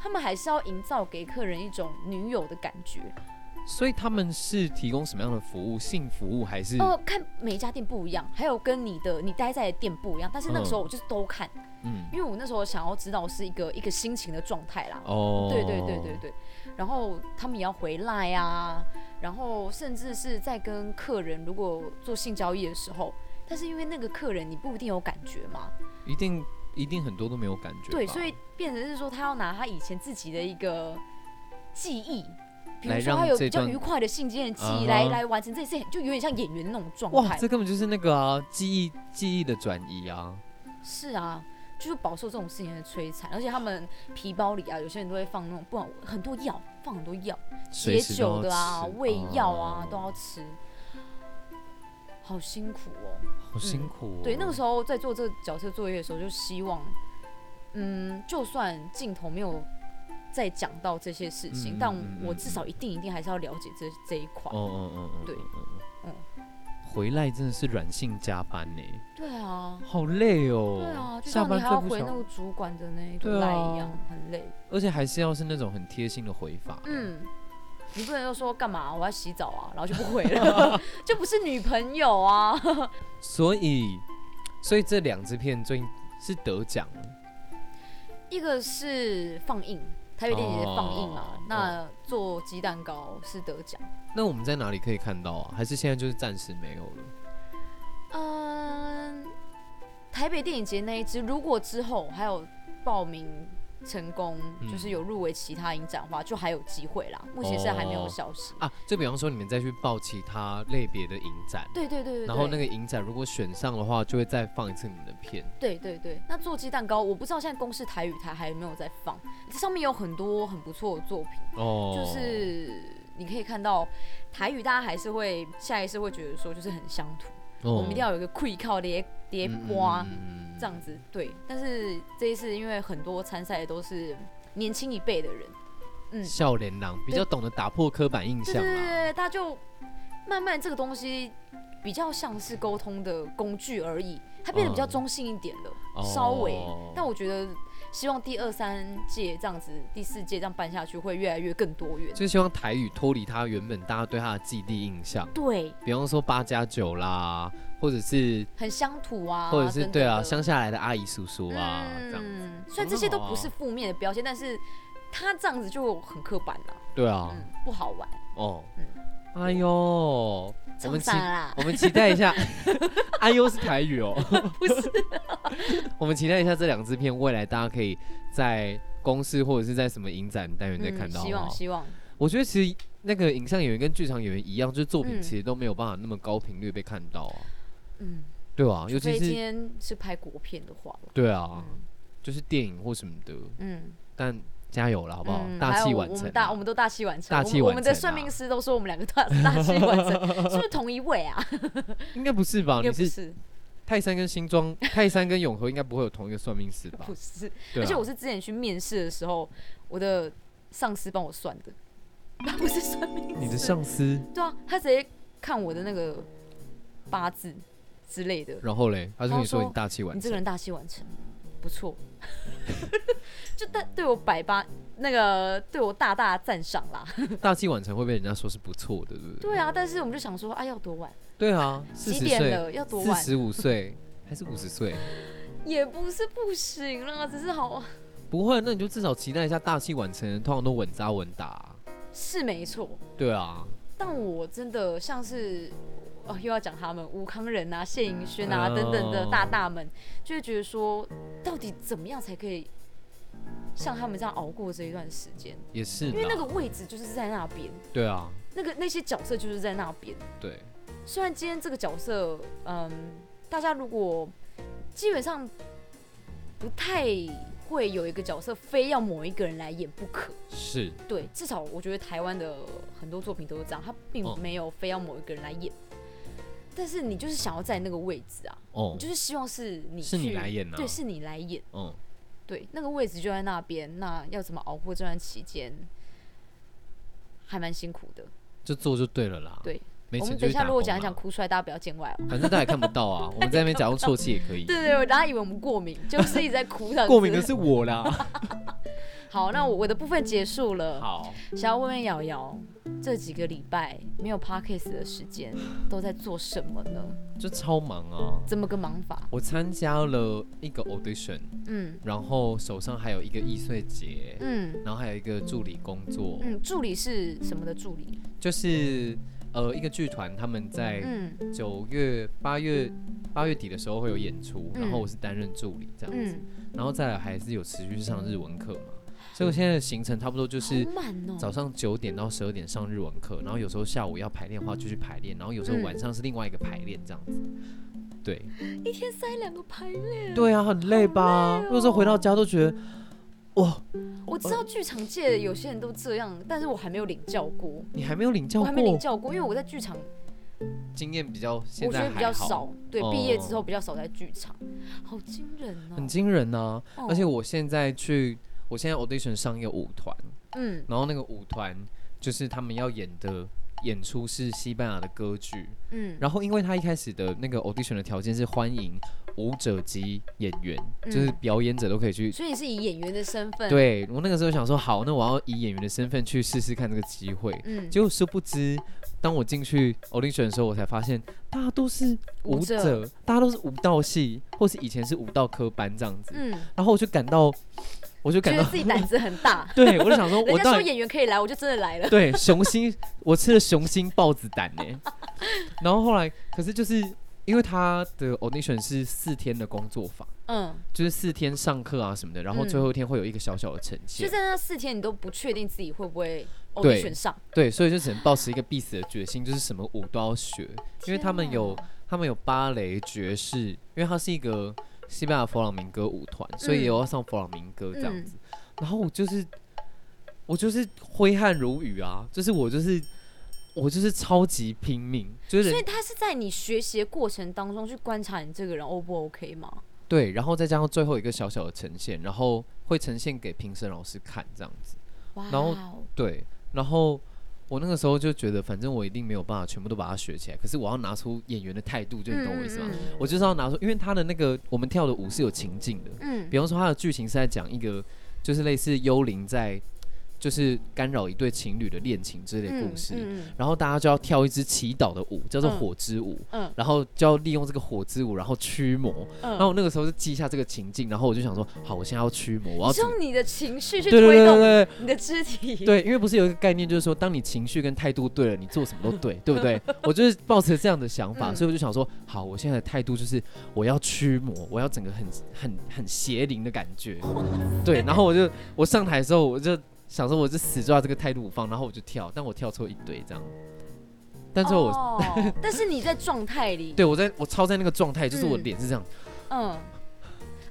B: 他们还是要营造给客人一种女友的感觉。
A: 所以他们是提供什么样的服务？性服务还是？
B: 哦，看每一家店不一样，还有跟你的你待在的店不一样。但是那个时候我就是都看，
A: 嗯，
B: 因为我那时候想要知道是一个一个心情的状态啦。
A: 哦，
B: 对对对对，对，然后他们也要回来啊，然后甚至是在跟客人如果做性交易的时候，但是因为那个客人你不一定有感觉嘛，
A: 一定一定很多都没有感觉吧。
B: 对，所以变成是说他要拿他以前自己的一个记忆。比如
A: 来
B: 说，
A: 让
B: 他有
A: 这
B: 比较
A: 段
B: 愉快的性经验记忆来
A: 啊哈
B: 来完成这件事情，就有点像演员那种状
A: 哇，
B: 态。
A: 这根本就是那个啊，记忆记忆的转移啊。
B: 是啊，就是饱受这种事情的摧残，而且他们皮包里啊，有些人都会放那种不然很多药，放很多药，解
A: 随时都
B: 酒
A: 要
B: 的啊、
A: 吃
B: 胃药啊
A: 哦
B: 都要吃，好辛苦哦。
A: 好辛苦、哦
B: 对，那个
A: 时
B: 时候在做这个角色作业的时候，就希望，嗯，就算镜头没有再讲到这些事情，
A: 嗯
B: 但
A: 嗯
B: 我
A: 嗯
B: 至少一定一定还是要了解这这一块。
A: 哦哦哦哦，
B: 对
A: 嗯嗯嗯回来真的是软性加班呢，
B: 对啊，
A: 好累哦。
B: 对啊，就
A: 下
B: 像你
A: 班
B: 还
A: 最
B: 要
A: 不
B: 回那
A: 想，
B: 个主管的那
A: 对
B: 个赖
A: 啊
B: 一样，很累。
A: 而且还是要是那种很贴心的回法。，
B: 嗯，你不能就说干嘛，我要洗澡啊，然后就不
A: (laughs)
B: 回了，就不是女朋友啊。 (laughs)
A: 所以所以这两支片最近是得奖了，
B: 一个是放映，台北电影节放映嘛，
A: 哦
B: 那做鸡蛋糕是得奖。
A: 那我们在哪里可以看到啊？还是现在就是暂时没有了？
B: 嗯，台北电影节那一支，如果之后还有报名。成功
A: 嗯
B: 就是有入围其他影展的话，就还有机会啦。目前是还没有
A: 哦
B: 消息。
A: 啊，就比方说你们再去报其他类别的影展，
B: 对对对对对。
A: 然后那个影展如果选上的话，就会再放一次你们的片。
B: 对对对，那做鸡蛋糕，我不知道现在公视台语台还有没有在放，这上面有很多很不错的作品。
A: 哦，
B: 就是你可以看到台语，大家还是会下意识会觉得说就是很乡土，我们一定要有一个溃靠叠叠瓜
A: 嗯
B: 这样子对。但是这一次因为很多参赛的都是年轻一辈的人，嗯
A: 笑脸郎，比较懂得打破刻板印
B: 对
A: 象啊
B: 对
A: 啦。
B: 对，他就慢慢这个东西比较像是沟通的工具而已，它变得比较
A: 嗯
B: 中性一点了，
A: 哦
B: 稍微。但我觉得希望第二三届这样子，第四届这样办下去会越来越更多元。
A: 就希望台语脱离它原本大家对它的既定印象，
B: 对，
A: 比方说八加九啦，或者是
B: 很乡土啊，
A: 或者是
B: 等等
A: 对啊，
B: 的
A: 乡下来的阿姨叔叔啊这样。
B: 嗯，虽然这些都不是负面的标签，但是他这样子就很刻板了、
A: 对啊，
B: 嗯，不好玩。
A: 哦
B: 嗯，
A: 哎呦，我们期
B: 唱啦，
A: 我们期待一
B: (laughs)
A: 下，哎呦是台语哦， (laughs) 不是，我们期待一下这两支片未来大家可以在公司或者是在什么影展单元再看到
B: 嗯
A: 哦
B: 希
A: 好不
B: 望
A: 好
B: 希望，
A: 我觉得其实那个影像演员跟剧场演员一样，就是作品
B: 嗯
A: 其实都没有办法那么高频率被看到啊，
B: 嗯，
A: 对啊，尤
B: 所
A: 其
B: 以今
A: 是
B: 天是拍国片的话了，
A: 对啊，
B: 嗯
A: 就是电影或什么的，
B: 嗯，
A: 但加油了好不好？
B: 嗯
A: 大
B: 还
A: 器
B: 有
A: 晚
B: 我
A: 成
B: 们
A: 啊，
B: 大我们都大器晚成，
A: 大
B: 我们
A: 器晚
B: 我们的
A: 成
B: 算
A: 啊
B: 命师都说我们两个大 (laughs) 大器晚成，是不是同一位啊？
A: 应该不是吧？
B: 应该
A: 哦你
B: 不
A: 是
B: 是，
A: 泰山跟新庄，泰山跟永和应该不会有同一个算命师吧
B: 不？是，
A: 对啊
B: 而且我是之前去面试的时候，我的上司帮我算的，他不是算命师，
A: 你的上司，
B: 对啊，他直接看我的那个八字之类的，
A: 然后嘞，他就跟你说
B: 他说
A: 你大器晚
B: 你这个
A: 成，
B: 人大器晚成，不错， (laughs) 就但对我百八那个对我大大赞赏啦。
A: 大器晚成会被人家说是不错的，对不对？
B: 对啊，但是我们就想说，哎、要多晚？
A: 对啊，四
B: 几
A: 十
B: 点
A: 岁，
B: 了？要多
A: 四
B: 晚？
A: 十五岁还是五十岁？
B: 也不是不行啦，只是好
A: 不会，那你就至少期待一下大器晚成的，通常都稳扎稳打啊、
B: 是没错，
A: 对啊，
B: 但我真的像是。哦，又要讲他们吴康仁啊、谢盈萱啊等等的
A: 哦
B: 大大们，就会觉得说，到底怎么样才可以像他们这样熬过这一段时间？
A: 也是
B: 因为那个
A: 啦。
B: 位置就是在那边，
A: 对啊，
B: 那个那些角色就是在那边。
A: 对，
B: 虽然今天这个角色，嗯，大家如果基本上不太会有一个角色非要某一个人来演不可，
A: 是，
B: 对，至少我觉得台湾的很多作品都是这样，他并
A: 嗯
B: 没有非要某一个人来演，但是你就是想要在那个位置啊，
A: 哦
B: 你，就是希望是你
A: 是你
B: 去
A: 来演啊
B: 对，是你来演，
A: 嗯，
B: 对，那个位置就在那边，那要怎么熬过这段期间，还蛮辛苦的。
A: 就做就对了啦。
B: 对，
A: 没
B: 我
A: 钱
B: 们
A: 就
B: 等
A: 去
B: 一下
A: 打
B: 如
A: 工
B: 果
A: 啊嗯
B: 讲一讲
A: 啦，
B: 哭出来，大家不要见外哦。
A: 反正大家也看不到
B: (laughs)
A: 啊。我们在那边假装啜泣也可以。
B: 对对对，大家以为我们过敏，就是一直在哭的。
A: (laughs) 过敏的是我
B: (laughs)
A: 啦。
B: 好，那我我的部分结束了。
A: 好，
B: 想要问问瑶瑶，这几个礼拜没有 podcast 的时间，都在做什么呢？
A: 就超忙啊。
B: 怎么个忙法？
A: 我参加了一个 audition，
B: 嗯
A: 然后手上还有一个易碎节，
B: 嗯
A: 然后还有一个助理工作，
B: 嗯，助理是什么的助理？
A: 就是呃一个剧团他们在
B: 嗯
A: 九月、八月、八月底的时候会有演出，
B: 嗯
A: 然后我是担任助理这样子，
B: 嗯，
A: 然后再来还是有持续上日文课嘛，所以我现在的行程差不多就是
B: 好。满哦。
A: 早上九点到十二点上日文课，然后有时候下午要排练的话就去排练，然后有时候
B: 嗯
A: 晚上是另外一个排练这样子。对，
B: 一天塞两个排练，
A: 对啊，很累吧？
B: 哦
A: 有时候回到家都觉得，哇，
B: 我知道
A: 呃
B: 剧场界有些人都这样，但是我还没有领教过，
A: 你还没有领教
B: 我
A: 过，
B: 还没领教过，因为我在剧场
A: 经验比较现
B: 我觉
A: 在
B: 得比较
A: 还好，
B: 少，对，
A: 哦
B: 毕业之后比较少在剧场，好惊人哦。
A: 很惊人呐、
B: 哦
A: 而且我现在去，我现在 audition 上一个舞团，
B: 嗯
A: 然后那个舞团就是他们要演的演出是西班牙的歌剧，
B: 嗯
A: 然后因为他一开始的那个 audition 的条件是欢迎舞者及演员，就是
B: 嗯
A: 表演者都可以去。
B: 所以你是以演员的身份，，
A: 对我那个时候想说，好，那我要以演员的身份去试试看这个机会。
B: 嗯，
A: 结果殊不知，当我进去 audition 的时候，我才发现大家都是舞
B: 舞
A: 者，
B: 者
A: 大家都是舞蹈系，或是以前是舞蹈科班这样子。
B: 嗯，
A: 然后我就感到，我就感
B: 觉得
A: 到，。
B: 自己胆子很大
A: (laughs) 对我就想说，
B: (laughs) 人
A: 我
B: 家
A: 到
B: 说
A: 底
B: 演员可以来，我就真的来了。
A: 对雄心，我吃了雄心豹子胆呢、然后后来，可是就是因为他的 audition 是四天的工作坊，
B: 嗯，
A: 就是四天上课啊什么的，然后
B: 嗯
A: 最后一天会有一个小小的呈
B: 就
A: 现。
B: 在那四天，你都不确定自己会不会
A: 对
B: audition 上，
A: 对，所以就只能抱持一个必死的决心，就是什么舞都要学，因为他们有他们有芭蕾、爵士，因为它是一个西班牙佛朗明哥舞团，所以
B: 嗯
A: 也要上佛朗明哥这样子。然后我就是我就是挥汗如雨啊，就是我就是我就是超级拼命，就是
B: 所以他是在你学习的过程当中去观察你这个人 O 不 OK 吗？
A: 对，然后再加上最后一个小小的呈现，然后会呈现给评审老师看这样子。
B: 哇
A: 然后
B: 哦，
A: 对，然后我那个时候就觉得，反正我一定没有办法全部都把它学起来，可是我要拿出演员的态度，就你懂我意思吗？
B: 嗯嗯
A: 我就是要拿出，因为他的那个我们跳的舞是有情境的，
B: 嗯，
A: 比方说他的剧情是在讲一个就是类似幽灵在就是干扰一对情侣的恋情之类的故事，
B: 嗯嗯
A: 然后大家就要跳一支祈祷的舞，叫做
B: 嗯
A: 火之舞，
B: 嗯
A: 然后就要利用这个火之舞，然后驱魔。
B: 嗯
A: 然后我那个时候就记下这个情境，然后我就想说，好，我现在要驱魔，我要
B: 你
A: 怎么？
B: 用你的情绪去
A: 对对
B: 推
A: 对
B: 动
A: 对
B: 你的肢体，
A: 对，对，因为不是有一个概念，就是说，当你情绪跟态度对了，你做什么都对，对不 (laughs) 对？我就是抱持这样的想法，
B: 嗯
A: 所以我就想说，好，我现在的态度就是我要驱魔，我要整个很很很邪灵的感
B: (laughs)
A: 觉，对。然后我就我上台的时候，我就想说，我就死抓这个态度不放，然后我就跳，但我跳错一堆这样，但最后我、
B: 哦
A: (laughs)
B: 但是你在状态里，
A: 对我在我超在那个状态，就是我
B: 嗯
A: 脸是这样，
B: 嗯，哦，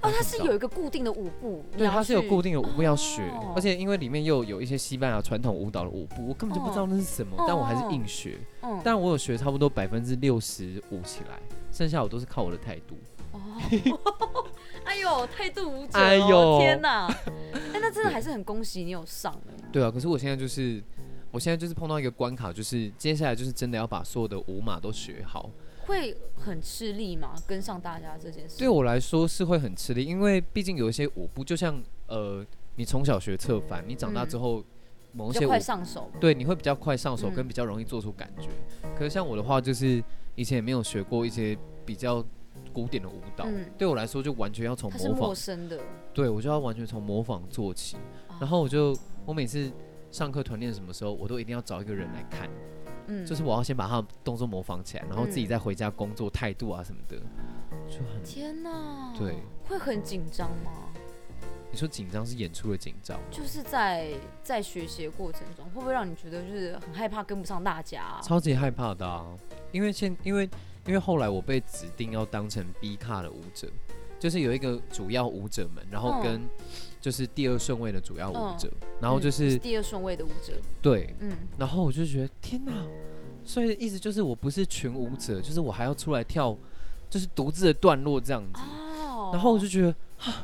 B: 它是有一个固定的舞步，
A: 对，它是有固定
B: 定，
A: 的舞步要学，
B: 哦
A: 而且因为里面又有一些西班牙传统舞蹈的舞步，我根本就不知道那是什么，
B: 哦
A: 但我还是硬学。
B: 嗯，
A: 但我有学差不多百分之六十五起来，剩下我都是靠我的态度。
B: 哦， (laughs) 哎呦，态度无解、哦，
A: 哎呦 (laughs)
B: 天哪！哎，那真的还是很恭喜你有上哎、
A: 对啊，可是我现在就是，我现在就是碰到一个关卡，就是接下来就是真的要把所有的舞码都学好。
B: 会很吃力吗？跟上大家这件事，
A: 对，我来说是会很吃力，因为毕竟有一些舞步，就像呃，你从小学侧翻，你长大
B: 嗯
A: 之后、某一些
B: 比较
A: 舞
B: 快上手嘛，
A: 对，你会比较快上手，
B: 嗯
A: 跟比较容易做出感觉。可是像我的话，就是以前也没有学过一些比较古典的舞蹈，
B: 嗯
A: 对我来说就完全要从
B: 它是
A: 模仿
B: 陌，生的，啊
A: 对我就要完全从模仿做起。
B: 哦
A: 然后我就我每次上课团练什么时候，我都一定要找一个人来看，
B: 嗯
A: 就是我要先把他的动作模仿起来，然后自己再回家工作态度啊什么的，就很。
B: 天哪，
A: 对，
B: 会很紧张吗？
A: 你说紧张是演出的紧张吗，
B: 就是在在学习的过程中，会不会让你觉得就是很害怕跟不上大家、啊
A: 超级害怕的啊！因为现因为因为后来我被指定要当成 B 卡的舞者，就是有一个主要舞者们，然后
B: 嗯
A: 跟就是第二顺位的主要舞
B: 嗯
A: 者，然后就是、
B: 第二顺位的舞者，
A: 对，
B: 嗯，
A: 然后我就觉得天哪！所以意思就是我不是群舞者，就是我还要出来跳，就是独自的段落这样子。
B: 哦，
A: 然后我就觉得啊，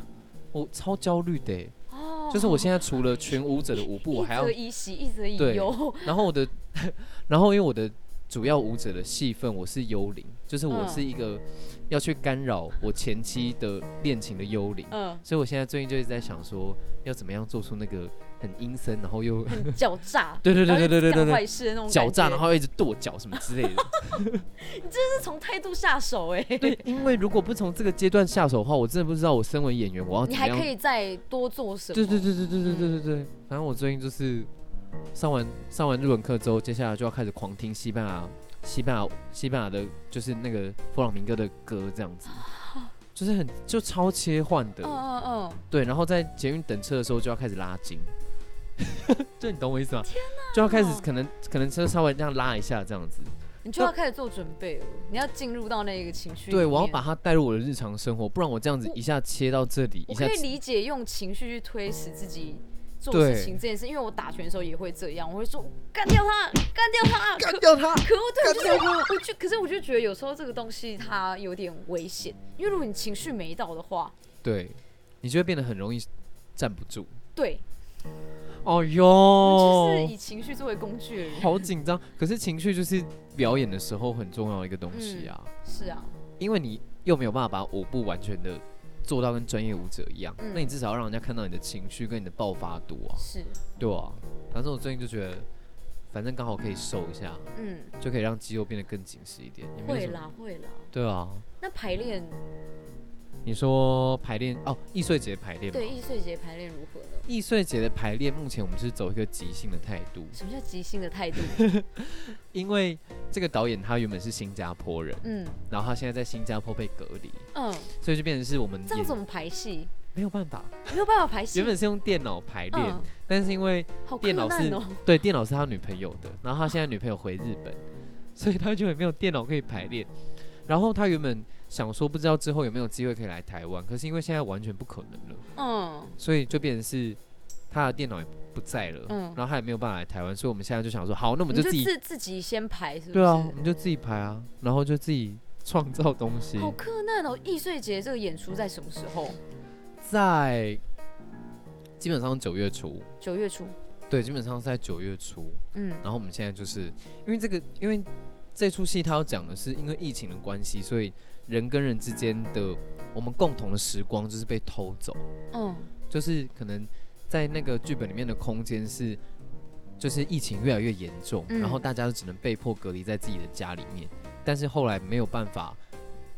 A: 我超焦虑的欸，
B: 哦，
A: 就是我现在除了群舞者的舞
B: (laughs)
A: 步，我
B: 一
A: 还要
B: 则以喜，一则以
A: 对
B: 忧，
A: 然后我的， (laughs) 然后因为我的主要舞者的戏份我是幽灵，就是我
B: 嗯
A: 是一个要去干扰我前妻的恋情的幽灵，
B: (laughs) 嗯，
A: 所以我现在最近就一直在想说，要怎么样做出那个很阴森，然后 (laughs) 又，
B: 很狡诈
A: 对对对对对对
B: 然后
A: 对
B: 一直干坏
A: 对，
B: 事的那种
A: 狡诈，
B: 感觉
A: 然后一直跺脚什么之类的。
B: 就是从态度下手哎、
A: 对，因为如果不从这个阶段下手的话，我真的不知道我身为演员我要
B: 你
A: 怎么
B: 还
A: 样
B: 可。以再多做什么？
A: 对对对对对对对对对，反正我最近就是上完上完日文课之后，接下来就要开始狂听西班牙、西班牙、西班牙的，就是那个弗朗明哥的歌这样子，就是很就超切换的。
B: 嗯嗯嗯，
A: 对，然后在捷运等车的时候就要开始拉
B: (laughs)
A: 筋，就你懂我意思吗？就要开始可能可能车稍微这样拉一下这样子。
B: 你就要开始做准备了，你要进入到那个情绪里面。
A: 对，我要把它带入我的日常生活，不然我这样子一下切到这里，一
B: 我
A: 下
B: 可以
A: 切
B: 理解用情绪去推使自己做
A: 对
B: 事情这件事，因为我打拳的时候也会这样，我会说干掉他，干掉他，干
A: 掉它。
B: 可恶，对，就是我就，可是我就觉得有时候这个东西它有点危险，因为如果你情绪没到的话，
A: 对，你就会变得很容易站不住。
B: 对，
A: 哦
B: 就是
A: 哟，
B: 以情绪作为工具的人，
A: 好紧张。可是情绪就是表演的时候很重要的一个东西啊，
B: 是啊，
A: 因为你又没有办法把舞步完全的做到跟专业舞者一样，
B: 嗯
A: 那你至少要让人家看到你的情绪跟你的爆发度啊，
B: 是，
A: 对啊。反正我最近就觉得，反正刚好可以瘦一下，
B: 嗯，
A: 就可以让肌肉变得更紧实一点。也没有
B: 会
A: 什么，
B: 啦会啦。
A: 对啊。
B: 那排练
A: 你说排练哦，易碎节排练吗
B: 对？易碎节排练如何呢？
A: 易碎节的排练，目前我们是走一个即兴的态度，
B: 什么叫即兴的态度？
A: 因为这个导演他原本是新加坡人，
B: 嗯
A: 然后他现在在新加坡被隔离，
B: 嗯，
A: 所以就变成是我们
B: 这样
A: 演
B: 怎么排戏？
A: 没有办法。
B: 没有办法排戏。
A: 原本是用电脑排练，
B: 嗯，
A: 但是因为
B: 好困
A: 电脑
B: 难
A: 是、
B: 哦。
A: 对电脑是他女朋友的，然后他现在女朋友回日本，所以他就也没有电脑可以排练。然后他原本想说不知道之后有没有机会可以来台湾，可是因为现在完全不可能了，
B: 嗯，
A: 所以就变成是他的电脑也不在了，
B: 嗯
A: 然后他也没有办法来台湾，所以我们现在就想说，好，那我
B: 我
A: 们就自己
B: 自自己先排，是不是？
A: 对啊，我们就自己排啊，然后就自己创造东西。
B: 好困难哦！易碎节这个演出在什么时候？
A: 在基本上九月初，
B: 九月初。
A: 对，基本上是在九月初。
B: 嗯，
A: 然后我们现在就是因为这个，因为这出戏它要讲的是因为疫情的关系，所以人跟人之间的我们共同的时光就是被偷走，
B: 嗯，
A: 就是可能在那个剧本里面的空间是。就是疫情越来越严重，
B: 嗯
A: 然后大家就只能被迫隔离在自己的家里面，但是后来没有办法，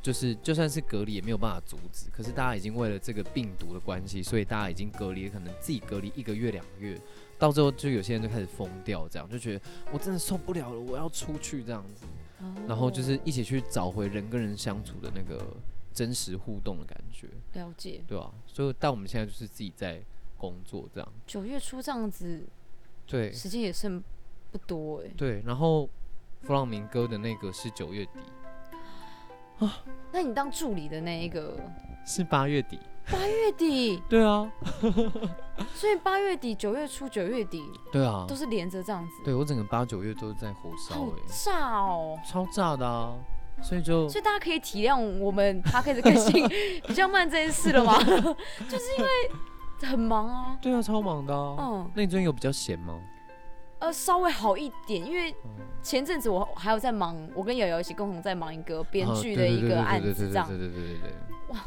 A: 就是就算是隔离也没有办法阻止。可是大家已经为了这个病毒的关系，所以大家已经隔离，可能自己隔离一个月、两个月，到最后就有些人就开始疯掉，这样就觉得我真的受不了了，我要出去这样子，然后就是一起去找回人跟人相处的那个真实互动的感觉，
B: 哦了解。
A: 对啊？所以但我们现在就是自己在工作这样，
B: 九月初这样子，
A: 对
B: 时间也剩不多哎、
A: 对，然后弗朗明哥的那个是九月底，
B: 那你当助理的那一个
A: 是八月底，
B: 月底，
A: 对啊，
B: 所以八月底、九月初、九月底
A: 对啊
B: 都，是连着这样子，
A: 对我整个八九月都是在火烧
B: 好
A: 哎、
B: 炸哦！
A: 超炸的啊，所以就
B: 所以大家可以体谅我们 (laughs) p o d c a s 更新比较慢这件事了吗？ (laughs) 就是因为很忙啊。
A: 对啊，超忙的啊。
B: 嗯，
A: 那你最近有比较闲吗？
B: 呃，稍微好一点，因为
A: 嗯
B: 前阵子我还有在忙，我跟瑶瑶一起共同在忙一个编
A: 啊
B: 剧的
A: 对对
B: 一
A: 对
B: 个
A: 对
B: 案
A: 对
B: 子，
A: 对
B: 这样
A: 哦对。对对对对对。
B: 哇，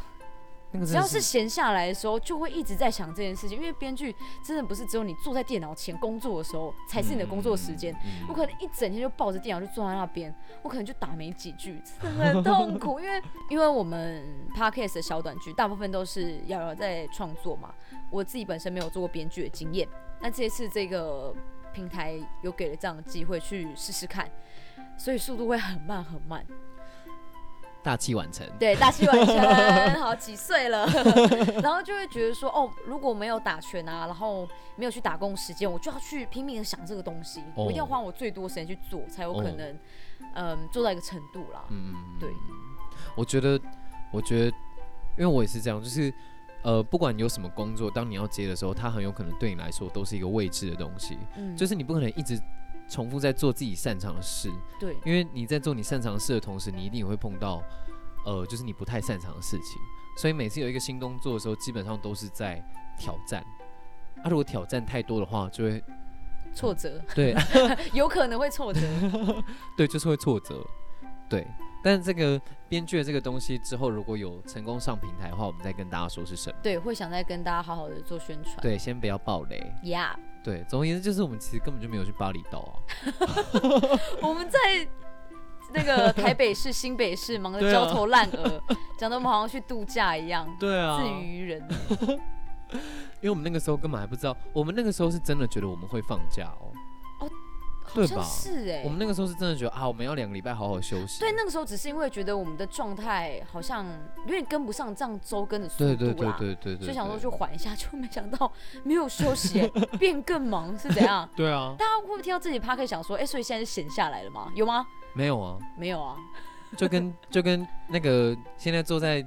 A: 那个
B: 只
A: 真
B: 要
A: 的是
B: 是闲下来的时候，就会一直在想这件事情，因为编剧真的不是只有你坐在电脑前工作的时候才是你的工作时间。。
A: 嗯
B: 我可能一整天就抱着电脑就坐在那边，我可能就打没几句，真的很痛苦。因为因为我们 podcast 的小短剧大部分都是瑶瑶在创作嘛，我自己本身没有做过编剧的经验，那这一次这个平台有给了这样的机会去试试看，所以速度会很慢很慢。
A: 大器晚成。
B: 对，大器晚
A: (laughs)
B: 成，好几岁了， (laughs) 然后就会觉得说，哦，如果没有打拳啊，然后没有去打工时间，我就要去拼命的想这个东西，
A: 哦
B: 我一定要花我最多时间去做，才有可
A: 哦
B: 能，嗯，做到一个程度啦。
A: 嗯，
B: 对，
A: 我觉得，我觉得，因为我也是这样，就是。呃，不管有什么工作，当你要接的时候，它很有可能对你来说都是一个未知的东西。
B: 嗯，
A: 就是你不可能一直重复在做自己擅长的事，
B: 对，
A: 因为你在做你擅长的事的同时，你一定也会碰到，呃，就是你不太擅长的事情。所以每次有一个新工作的时候，基本上都是在挑战。啊，如果挑战太多的话，就会
B: 挫折， (laughs)
A: 对 (laughs)
B: 有可能会挫折。
A: 对，就是会挫折。对，但这个编剧的这个东西之后，如果有成功上平台的话，我们再跟大家说是什么。
B: 对，会想再跟大家好好的做宣传。
A: 对，先不要暴雷。
B: 呀
A: 对，总而言之，就是我们其实根本就没有去巴厘岛啊。
B: 我们在那
A: (laughs)
B: 个台北市、新北市忙得
A: 对啊
B: 焦头烂额，讲的我们好像去度假一样，
A: 对啊
B: 自娱于人。
A: 因为我们那个时候根本还不知道，我们那个时候是真的觉得我们会放假哦。
B: 好
A: 对吧
B: 像是哎、
A: 我们那个时候是真的觉得啊，我们要两个礼拜好好休息。
B: 对，那个时候只是因为觉得我们的状态好像有点跟不上这样周更的速度
A: 对
B: 啦，
A: 对对对对对，
B: 所以想说
A: 对
B: 就缓一下，就没想到没有休息、 (laughs) 欸，变更忙是怎样？
A: 对啊，
B: 大家会不会听到自己 p a 想说，哎、所以现在是闲下来了吗？有吗？
A: 没有啊，
B: 没有啊，
A: 就跟就跟那个现在坐在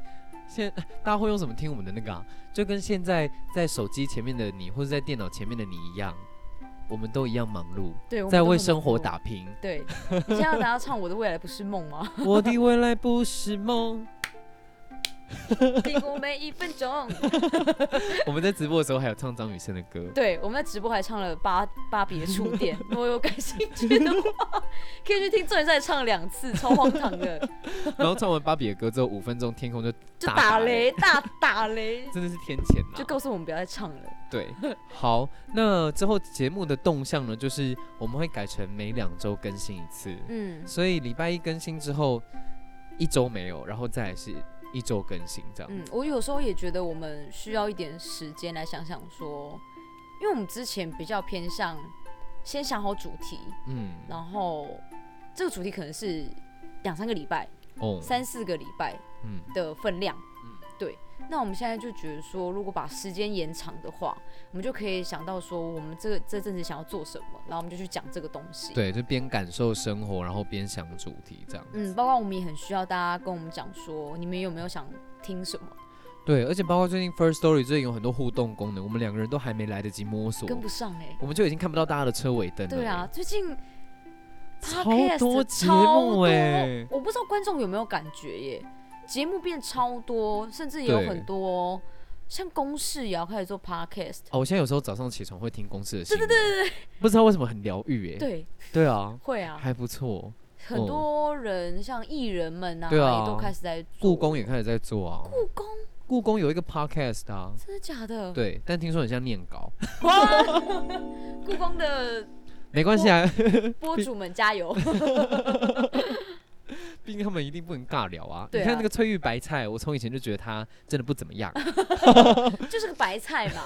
A: 现 (laughs) 大家会用什么听我们的那个啊？就跟现在在手机前面的你，或者在电脑前面的你一样，我们都一样忙碌，
B: 对，我们
A: 在
B: 都
A: 为
B: 很
A: 生
B: 忙
A: 活
B: 碌。
A: 打拼。
B: 对，你现在要大家唱《我的未来不是梦》
A: (laughs)
B: 吗？ (laughs)
A: 我的未来不是梦。
B: 低估每一分钟。
A: 我们在直播的时候还有唱张雨生的歌，
B: 对，我们在直播还唱了八八别触电，
A: (laughs)
B: 如果有感兴趣的话，可以去听。重点再唱两次，超荒唐
A: (laughs)
B: 的，
A: 然后唱完芭比的歌之后，五分钟天空就
B: 就
A: 大
B: 打
A: 打
B: 雷，
A: 雷
B: 大打雷。
A: 真的是天谴呐、
B: 就告诉我们不要再唱了。
A: 对，好，那之后节目的动向呢，就是我们会改成每两周更新一次，
B: 嗯，
A: 所以礼拜一更新之后一周没有，然后再来是一周更新这样。
B: 嗯，我有时候也觉得我们需要一点时间来想想说，因为我们之前比较偏向先想好主题，
A: 嗯，
B: 然后这个主题可能是两三个礼拜、
A: 哦，
B: 三四个礼拜
A: 嗯，
B: 的分量
A: 嗯。
B: 对，那我们现在就觉得说，如果把时间延长的话，我们就可以想到说，我们这个这阵子想要做什么，然后我们就去讲这个东西。
A: 对，就边感受生活，然后边想主题这样。
B: 嗯，包括我们也很需要大家跟我们讲说，你们有没有想听什么，
A: 对，而且包括最近 First Story 最近有很多互动功能，我们两个人都还没来得及摸索，
B: 跟不上哎、
A: 我们就已经看不到大家的车尾灯了。
B: 对啊，，最近
A: 超
B: podcast
A: 多节目欸
B: 超多我不知道观众有没有感觉耶，节目变超多，甚至也有
A: 对
B: 很多像公式也要开始做 podcast，
A: 哦，我现在有时候早上起床会听公司的新闻，对对对不知道为什么很疗愈哎。
B: 对，
A: 对啊，
B: 会啊，
A: 还不错。
B: 很多人像艺人们啊，
A: 对啊
B: 也都开始在做
A: 故宫也开始在做啊，
B: 故宫，
A: 故宫有一个 podcast 啊，
B: 真的假的？
A: 对，但听说很像念稿，
B: 哇，故宫的
A: 没关系啊，
B: 播主们加油！ (laughs)
A: 毕竟他们一定不能尬聊啊。
B: 对啊
A: 你看那个翠玉白菜，我从以前就觉得她真的不怎么 (laughs) 样。
B: 就是个白
A: (laughs)
B: 菜嘛，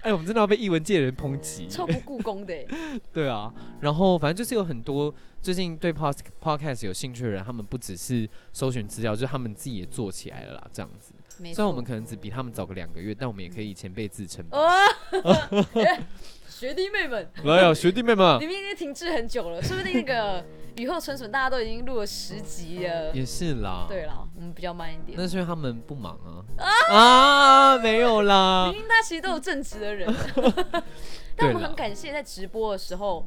A: 哎，我们真的要被艺文界的人抨击。
B: 超不故宫的欸，
A: 对啊，然后反正就是有很多最近对 pod podcast 有兴趣的人，他们不只是搜寻资料，就是他们自己也做起来了啦，这样子。
B: 没
A: 虽然
B: 错。
A: 我们可能只比他们早个两个月，但我们也可以以前辈自称吧。
B: 哦， (laughs) 学弟妹们，
A: 来呀、学弟妹
B: (laughs)
A: 们
B: 你，们已经停滞很久了，说不定
A: (laughs)
B: 那个雨后春笋大家都已经录了十集了。
A: 也是啦。
B: 对啦，我们比较慢一点。
A: 那是因为他们不忙啊。啊，没有啦
B: (laughs) 明。明大家其实都有正直
A: (laughs)
B: 的人，但我们很感谢在直播的时候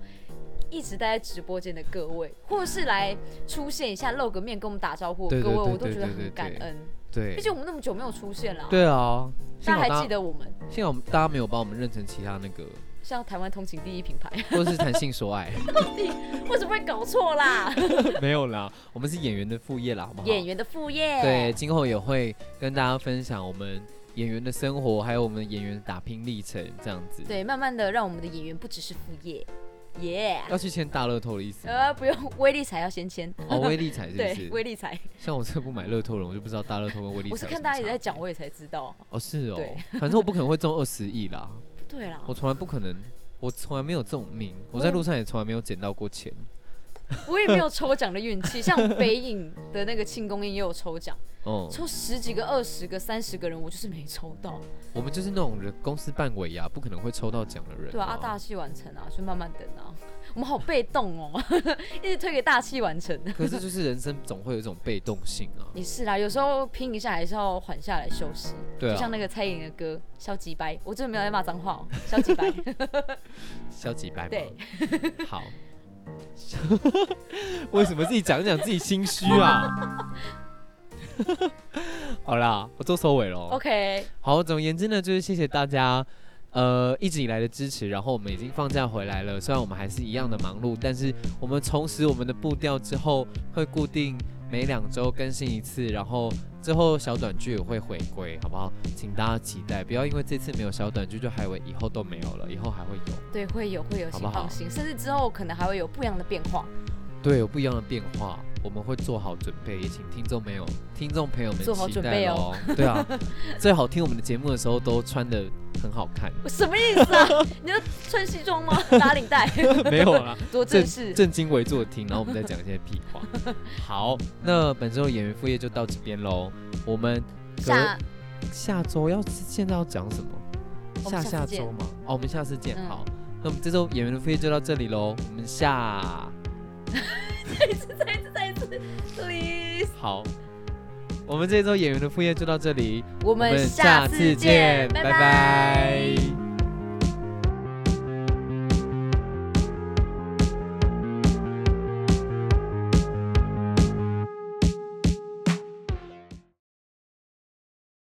B: 一直待在直播间的各位，或是来出现一下露个面跟我们打招呼
A: 对
B: 的各
A: 对
B: 位，
A: 对
B: 我都
A: 对
B: 觉得
A: 对对
B: 很感
A: 对
B: 恩。
A: 对
B: 毕，竟我们那么久没有出现了，
A: 对啊。幸
B: 大家
A: 好
B: 还
A: 大
B: 记得我们，
A: 幸好大家没有把我们认成其他那
B: (laughs)
A: 个，
B: 像台湾通勤第一品牌， (laughs)
A: 或是谈性说爱， (laughs)
B: 为什么会搞错啦？
A: 没有啦。我们是演员的副业啦，好不好？
B: 演员的副业，
A: 对，，今后也会跟大家分享我们演员的生活，还有我们演员的打拼历程，这样子。，
B: 对，慢慢的让我们的演员不只是副业，耶、
A: 要去签大乐透的意思
B: (laughs)
A: 吗。
B: 呃，不用，威力彩要先签，
A: 哦，威力彩是不
B: 对，
A: 是？
B: 威力彩，
A: 像我这不买乐透了，我就不知道大乐透跟威力彩。
B: 我是看大家一直在。讲，我也才知
A: (laughs)
B: 道。
A: 哦，是哦
B: 对。哦
A: 反正我不可能会中二十亿
B: (laughs)
A: 啦，
B: 对啦，
A: 我从来不可能，我从来没有中命，我在路上也从来没有捡到过钱。
B: 我也没有抽奖的运气，像北影的那个庆功宴也有抽奖，
A: 哦、
B: 抽十几个、二十个、三十个人，我就是没抽到，
A: 我们就是那种人，公司办尾牙不可能会抽到奖的人。
B: 对啊，啊大。器晚成啊，就慢慢等啊，我们好被动哦， (laughs) 一直推给大器晚成。
A: 可是就是人生总会有一种被动性啊。
B: 也是啦，有时候拼一下还是要缓下来休息。
A: 对啊
B: 就像那个蔡依林的歌《消极白》，我真的没有在骂脏话、哦，《消极
A: (laughs)
B: 白》
A: 消极白吗？
B: 对，
A: 好。 (laughs) 为什么自己讲一讲自己心虚啊？ (laughs) 好啦，我做收尾喽。
B: OK，
A: 好，总而言之呢，就是谢谢大家，呃，一直以来的支持。然后我们已经放假回来了，虽然我们还是一样的忙碌，但是我们重拾我们的步调之后，会固定每两周更新一次，然后之后小短剧也会回归，好不好？请大家期待，不要因为这次没有小短剧，就还以为以后都没有了，以后还会有。
B: 对，会有会有，
A: 好
B: 请
A: 不好
B: 放心，甚至之后可能还会有不一样的变化，
A: 对，有不一样的变化，我们会做好准备，也请听众朋友、听众朋友们
B: 做好
A: 期
B: 准
A: 待
B: 备
A: 咯 (laughs)
B: 哦。
A: 对啊，最好听我们的节目的时候都穿的很好看，
B: 我什么意思啊？你要穿西装吗？ (laughs) 打领带，
A: (laughs) (laughs) 没有啊啦，
B: (laughs) 多
A: 正
B: 正式。
A: 正襟危坐地听，然后我们再讲一些屁
B: (laughs)
A: 话。好，那本周的演员副业就到这边喽，我们隔
B: 下，
A: 下周要现在要讲什么？
B: 我
A: 下
B: 们
A: 下
B: 下次见
A: 周嘛，哦，我们下次见。
B: 嗯
A: 好，那我们这周演员的副业就到这里喽，我们下
B: 再一次，please，
A: 好，我们这周演员的副业就到这里。
B: 我
A: 我
B: 们下次见，
A: 拜
B: 拜拜
A: 拜